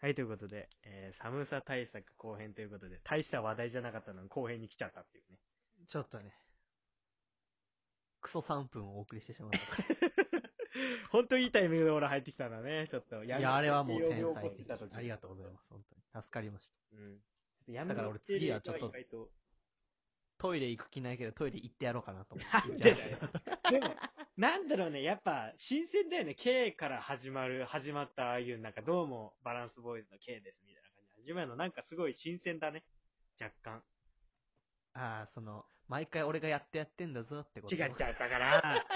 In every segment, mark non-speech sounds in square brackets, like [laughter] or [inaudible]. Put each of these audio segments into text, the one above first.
はい、ということで、えー寒さ対策後編ということで、大した話題じゃなかったのに後編に来ちゃったっていうね。ちょっとね、クソ3分をお送りしてしまっほんといいタイミングで俺入ってきたんだね、ちょっと。た。いや、あれはもう天呼び才起こし的た時。ありがとうございます。本当に。助かりました。うん。ちょっとやめだから俺次はちょっと意外とトイレ行く気ないけど、トイレ行ってやろうかなと思なんって。でだよで [laughs] も、なんだろうね、やっぱ、新鮮だよね。K から始まる、始まったああいう、なんかどうも、バランスボーイズの K ですみたいな感じで始まるの、なんかすごい新鮮だね。若干。ああ、その、毎回俺がやってやってんだぞってこと。違っちゃう、だ [laughs] から、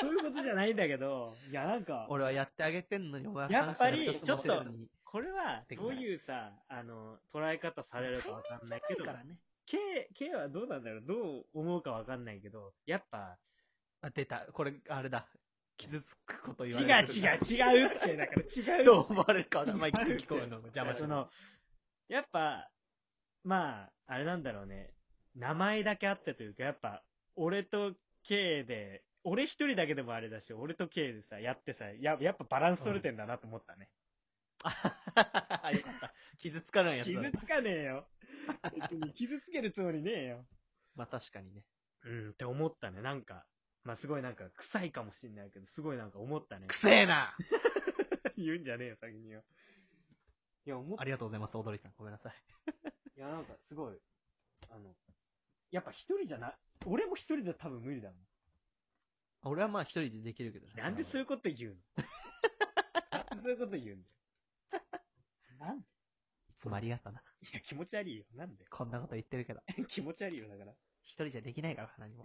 そういうことじゃないんだけど、いや、なんか、俺はやってあげてんのに、お前はやっぱり話が一つもせずちょっとにこれは、どういうさ、あの、捉え方されるかわかんないけどタイミングじゃ、ないからね。 K、K はどうなんだろう、どう思うかわかんないけど、やっぱ、あ、出た。これ、あれだ。傷つくこと言違うわれる。違う違うって、だから違うどう思われるかわかんない。聞こえるのもや邪っ魔ぱし [laughs] その、やっぱ、まあ、あれなんだろうね。名前だけあってというか、やっぱ、俺と K で、俺一人だけでもあれだし、俺と K でさ、やってさ、ややっぱバランス取れてんだなと思ったね。あはははよかった。傷つかないやつだ傷つかねえよ。別に傷つけるつもりねえよ。まあ確かにね。うん、って思ったね。なんか、まあすごいなんか、臭いかもしんないけど、すごいなんか思 [laughs] ったねく。せえな言うんじゃねえよ、先によ。いや、思っありがとうございます、踊りさん。ごめんなさい。いや、なんかすごい、あの、やっぱ一人じゃな、俺も一人で多分無理だも俺はまあ一人でできるけどねん。なんでそういうこと言うの [laughs] なんでそういうこと言うんだよ。なんでいつもありがとな。いや、気持ち悪いよ。なんで [laughs] こんなこと言ってるけど。気持ち悪いよ、だから。一人じゃできないから、何 [laughs] も。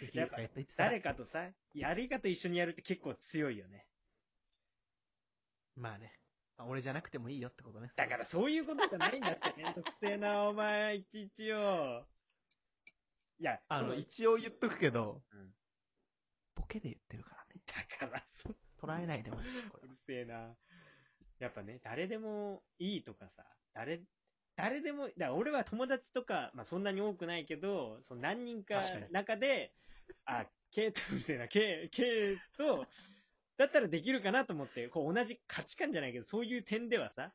できやるっぱとか言っといてさ。誰かとさ、やりかと一緒にやるって結構強いよね。まあね。まあ俺じゃなくてもいいよってことね。だからそういうことじゃないんだってね。特定な、お前、いちいちよ。いや、あの、そう一応言っとくけど、うんボケで言ってるからね。だから、そ捉えないで [laughs] ほしい、こうれるせえな。やっぱね、誰でもいいとかさ、誰、誰でも、だから俺は友達とか、まあそんなに多くないけど、その何人か確かに中で、あ、K とうるせえな、K、K と、だったらできるかなと思って、こう同じ価値観じゃないけど、そういう点ではさ、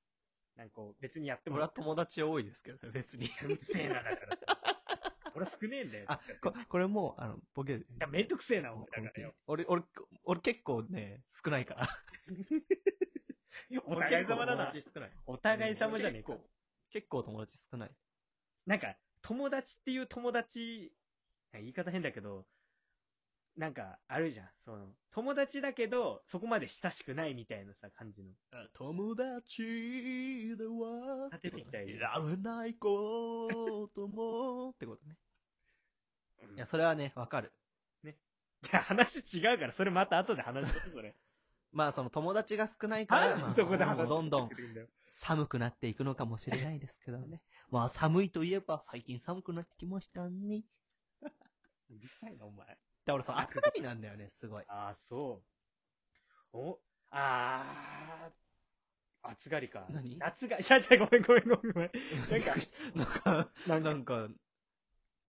なんかこう別にやっても俺らはっても友達多いですけどね、 [laughs] 別に。うるせえな、だからさ。俺少ねえんだよ。 [laughs] あ、ここれもう、あの、ボケで。いいや、めんどくせえな、俺だからよ。俺、俺、俺結構ね、少ないから。お互い様だな俺。結構友達少ない。お互い様じゃねえか結。構結構友達少ない。なんか、友達っていう友達、言い方変だけど、なんか、あるじゃん。その、友達だけど、そこまで親しくないみたいなさ、感じの。友達では立ててきたよいられないこともってことね。うん [laughs] いや、それはね、わかる。いや話違うから、それまた後で話そう、それ。まあ、その友達が少ない [laughs] から、まああ、そこで話もうすどんどん。い寒くなっていくのかもしれないですけどね。 [laughs] まあ、寒いといえば、最近寒くなってきましたね。いな、お前。だ俺、その熱がりなんだよね、すごい。ああ、そう。お、あー、暑がりか。何夏が、じゃじゃごめんごめんごめんごめん。なんか、 [laughs] ななんか、んなか、んか、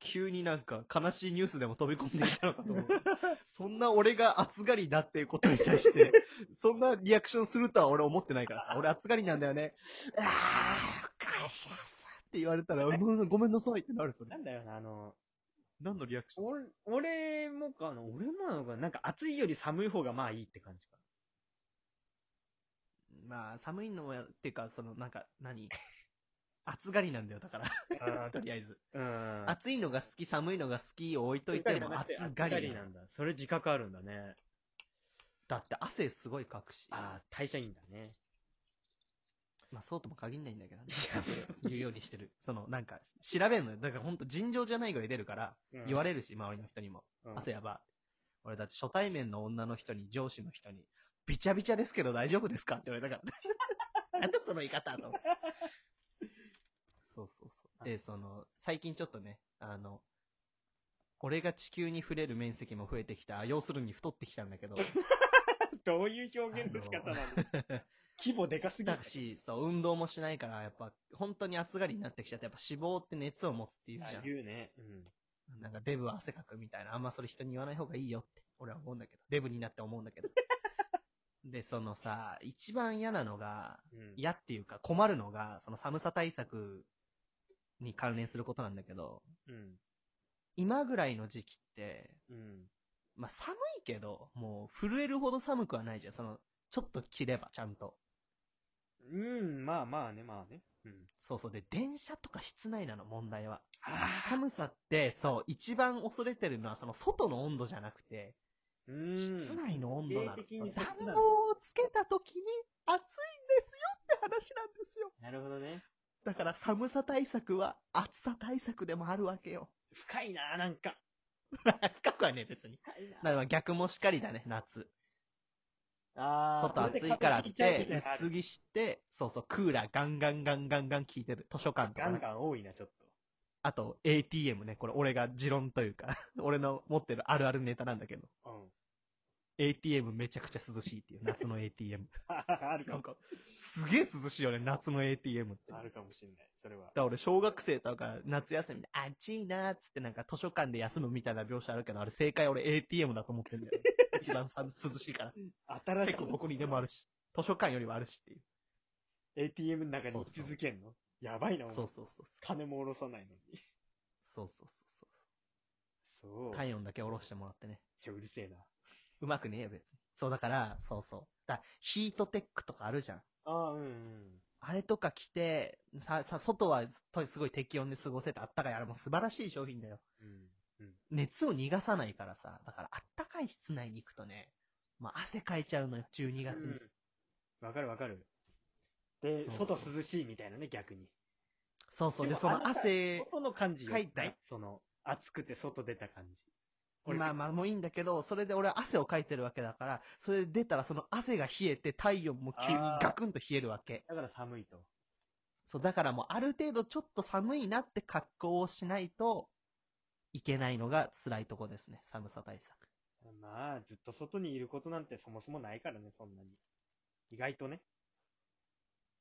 急になんか悲しいニュースでも飛び込んできたのかと [laughs] 思う。そんな俺が暑がりだっていうことに対 [laughs] して、そんなリアクションするとは俺思ってないからさ。俺暑がりなんだよね。あー、会社さって言われたら、うんごめんなさいってなるそれな。んだよな、あの、何のリアクション俺、俺もかな、俺もなのかな、なんか暑いより寒い方がまあいいって感じか。まあ、寒いのもや、っていうか、その、なんか、何暑がりなんだよ、だから。 [laughs] あとりあえず。うん。暑いのが好き、寒いのが好きを置いといて、もう暑がりななんんだ。それ自覚あるんだね。だって汗すごいかくし。ああ、代謝いいんだね。まあ、そうとも限んないんだけどね。い言うようにしてる。その、なんか、調べるのよ。だから本当尋常じゃないぐらい出るから、や言われ、れるし、周りの人にも。うん汗やばい。俺だって初対面の女の人に、上司の人に、びちゃびちゃですけど大丈夫ですかって言われたから。 [laughs] なんだその言い方と思って。そうそうそう。で、その、最近ちょっとね、あの、俺が地球に触れる面積も増えてきた。要するに太ってきたんだけど。どういう表現の仕方なの規模でかすぎるだ。し、そう、運動もしないから、やっぱ、本当に暑がりになってきちゃって、やっぱ脂肪って熱を持つっていうじゃあん。言うね。うん。なんかデブは汗かくみたいな、あんまそれ人に言わない方がいいよって、俺は思うんだけど。デブになって思うんだけど。で、そのさ、一番嫌なのが、うん。嫌っていうか困るのが、その寒さ対策に関連することなんだけど、うん。今ぐらいの時期って、うん。まあ寒いけど、もう震えるほど寒くはないじゃん。その、ちょっと着ればちゃんと。うん、まあまあね、まあね。うん。そうそう。で、電車とか室内なの、問題は。あ寒さって、そう、一番恐れてるのは、その外の温度じゃなくて、うーん。室内の温度なの。定的にそうそっちな暖の房をつけた時に暑いんですよって話なんですよ。なるほどね。だから寒さ対策は暑さ対策でもあるわけよ。 [laughs] 深いな、なんか。深くはね、別に。深いな。だから逆もしかりだね、夏。あ外暑いからっそれで片付て、いちゃうみたいなのある薄着して、そうそう、クーラーガンガンガンガンガン効いてる。図書館とガか、ンね。ガン多いな、ちょっと。あと、ATM ね。これ俺が持論というか、 [laughs] 俺の持ってるあるあるネタなんだけど。うん。 ATM めちゃくちゃ涼しいっていう、夏の ATM。あるか [laughs] なんも。か、すげえ涼しいよね、夏の ATM って。あるかもしんない。それはだ。から俺、小学生とか夏休みで、あっちいなーっつってなんか図書館で休むみたいな描写あるけど、あれ正解俺 ATM だと思ってんだ [laughs] よ。一番寒涼しいから。新し結構くどこにでもあるし。図書館よりはあるしっていう。 ATM の中に居続けんのやばいな、お前そうそうそうそう。金も下ろさないのに。そうそうそうそ。そうう。い体温だけ下ろしてもらってね。や。うるせえな。うまくねえよ、別に。そう、だから、そうそう。だヒートテックとかあるじゃん。ああ、うんうん。あれとか着て、さ、さ、外はとすごい適温で過ごせてあったかい。あれも素晴らしい商品だよ。うん。うん。熱を逃がさないからさ。だからあったかい室内に行くとね、まあ、汗かいちゃうのよ、12月に。うんわかるわかる。でそう、外涼しいみたいなね、逆に。そうそう。で、でもその汗、外の感じよかいたよその、暑くて外出た感じ。まあまあもういいんだけど、それで俺は汗をかいてるわけだから、それで出たらその汗が冷えて体温も急にあーガクンと冷えるわけ。だから寒いと。そう、だからもうある程度ちょっと寒いなって格好をしないといけないのが辛いとこですね。寒さ対策。まあ、ずっと外にいることなんてそもそもないからね、そんなに。意外とね。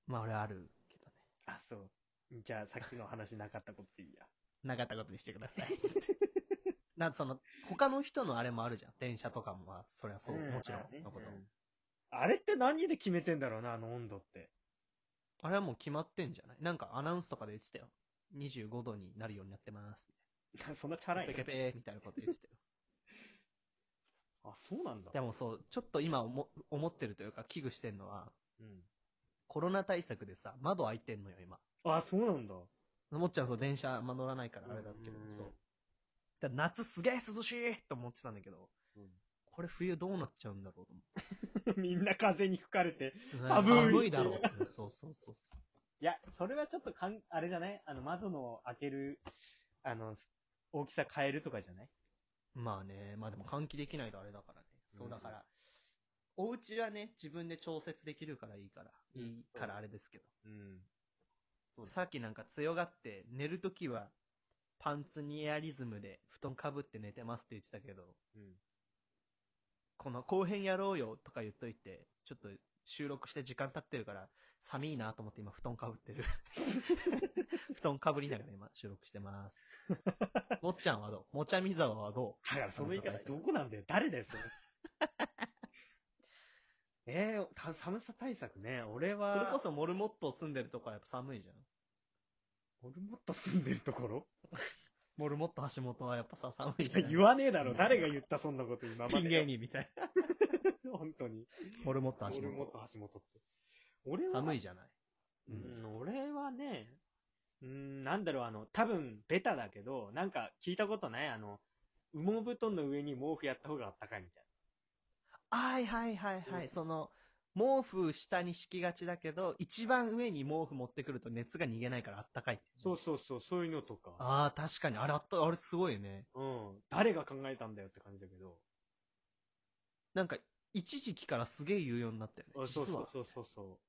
まあ俺はあるけどね。あ、そう。じゃあ、さっきの話なかったことでいいや。なかったことにしてください。 [laughs] なんかその、他の人のあれもあるじゃん。電車とかもまあ、そりゃそう、んもちろんまあねのこうと。んあれって何で決めてんだろうな、あの温度って。 [laughs] あれはもう決まってんじゃないなんかアナウンスとかで言ってたよ。25度になるようになってます。そんなチャラいペのケペーみたいなこと言ってたよ。あ、そうなんだ。でもそう、ちょっと今思思ってるというか、危惧してんのは、うん。コロナ対策でさ、窓開いてんのよ、今。あ、そうなんだ。もっちゃんそう、電車、まあ、乗らないからあれだけど、うんそう。だから夏すげえ涼しいと思ってたんだけど、これ冬どうなっちゃうんだろうと思っ [laughs] て。みんな風に吹かれて。寒い寒いだろうって。そうそうそうそ。いや、それはちょっとかん、あれじゃないあの、窓の開ける、あの、大きさ変えるとかじゃないうまあね、まあでも換気できないとあれだからね。うんそうだから、お家はね、自分で調節できるからいいから、うんいいからあれですけど。うん。そうさっきなんか強がって、寝るときは、パンツにエアリズムで布団かぶって寝てますって言ってたけど、うん。この後編やろうよとか言っといて、ちょっと収録して時間経ってるから、寒いなと思って今布団か [laughs] ぶってる。布団かぶりながら今収録し [laughs] てます。もっちゃんはどうもちゃみざわはどだからその言い方寒さ対、策どこなんだよ。誰だよ、それ。 [laughs] えー、た寒さ対策ね。俺うは、それこそモルモット住んでるとこはやっぱ寒いじゃん。俺もっと住んでるところモルモット橋本はやっぱさ寒いいじゃや、ん。言わねえだろ。誰が言った、 [laughs] そんなこと今まで。ピン芸。人みたいな。 [laughs] 本当に。モルモット俺橋もっ本。と橋本って。俺は、寒いじゃない。う。ん、俺はね、うん、なんだろう、あの、多分、ベタだけど、なんか聞いたことないあの、羽毛布団の上に毛布やった方があったかいみたいはいはいはいはい。うんその、毛布下に敷きがちだけど、一番上に毛布持ってくると熱が逃げないからあったかいって。な。そうそうそう、そういうのとか。ああ、確かに。あれあった、あれすごいね。うん。誰が考えたんだよって感じだけど。なんか、一時期からすげえ言うようになったよね。あそう実そはうそうそうそう。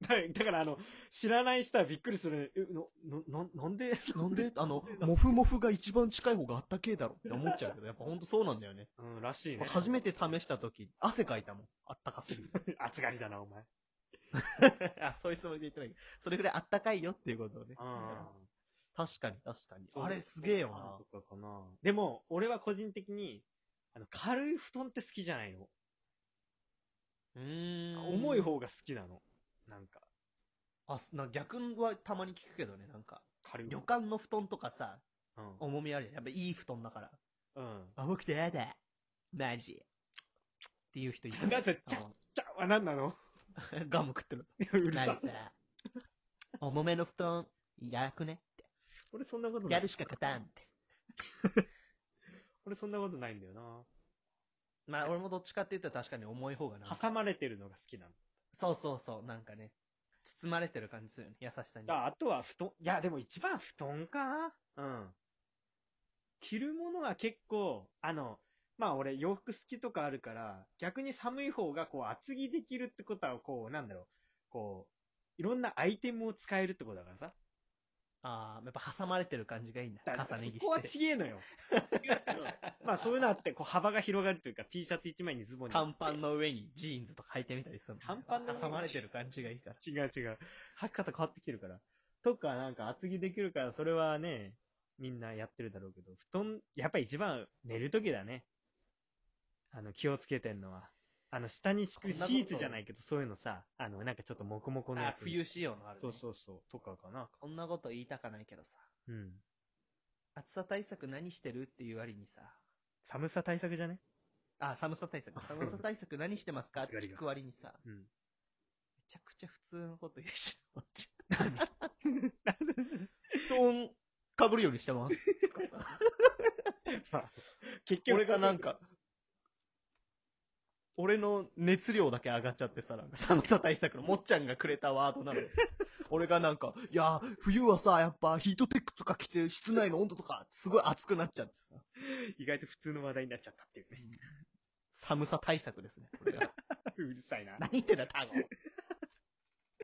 だだから、あの、知らない人はびっくりする。えの、の、のなん [laughs] でなんで、あの、モフモフが一番近い方があったけえだろって思っちゃうけど、やっぱほんとそうなんだよね。うん、らしいね。初 [laughs] めて。て試した時、汗かいたもん。あったかすぎて。暑がりだな、お前。 [laughs] あ、そういうつもりで言ってないけど、それぐらいあったかいよっていうことをね。うん。確かに、確かに。そうあれすげえよな。とかかな。でも、俺は個人的に、あの、軽い布団って好きじゃないの。うーん。重い。方が好きなの。なんか、あ、すな逆はたまに聞くけどね、なんか。軽い。旅館の布団とかさ、うん。重みあるじゃん。やっぱいい布団だから。うん。重くてやだ。マジ。っていう人いる。だってちゃじゃあ、何なのあの [laughs] ガム食ってる。いやうるさないいさ。重めの布団、いらなくねっ俺そんなことて。なやいる。しか勝たんって。俺そんなことないんだよな。まあ俺もどっちかって言ったら確かに重い方がな。挟まれてるのが好きなの。そうそうそう、なんかね。包まれてる感じするよね、優しさに。ああとは布団。いや、でも一番布団かなうん。着るものは結構、あの、まあ俺洋服好きとかあるから、逆に寒い方がこう厚着できるってことはこう、なんだろう、こう、いろんなアイテムを使えるってことだからさ。あー、やっぱ挟まれてる感じがいいんだ。だ重ね着そこはして。ちげえの [laughs] よ。まあそういうのあって、こう幅が広がるというか、T シャツ一枚にズボンに。短パンの上にジーンズとか履いてみたりするもんね短パンの上に挟まれてる感じがいいから。違う違う。履き方変わってきてるから。とか、なんか厚着できるから、それはね、みんなやってるだろうけど、布団、やっぱり一番寝るときだね。あの、気をつけてんのは。あの、下に敷くそんなシことーツじゃないけど、そういうのさ、あの、なんかちょっとモコモコのやあつ。冬仕様のある、ね。そうそうそう、とかかな。こんなこと言いたかないけどさ。うん。暑さ対策何してるっていう割にさ。寒さ対策じゃねあ、寒 [laughs] さ対策。寒さ対策何してますかって聞く割にさ。うん。めちゃくちゃ普通のこと言うし、何布団かぶるようにしてます。 [laughs] まあ、結局。俺がなんか、俺の熱量だけ上がっちゃってさ、なんか寒さ対策のもっちゃんがくれたワードなのです。俺がなんか、いやー、冬はさ、やっぱヒートテックとか着て室内の温度とかすごい熱くなっちゃってさ。意外と普通の話題になっちゃったっていうね。 [laughs] 寒さ対策ですね、これが。うるさいな。何言ってんだよ、タゴ。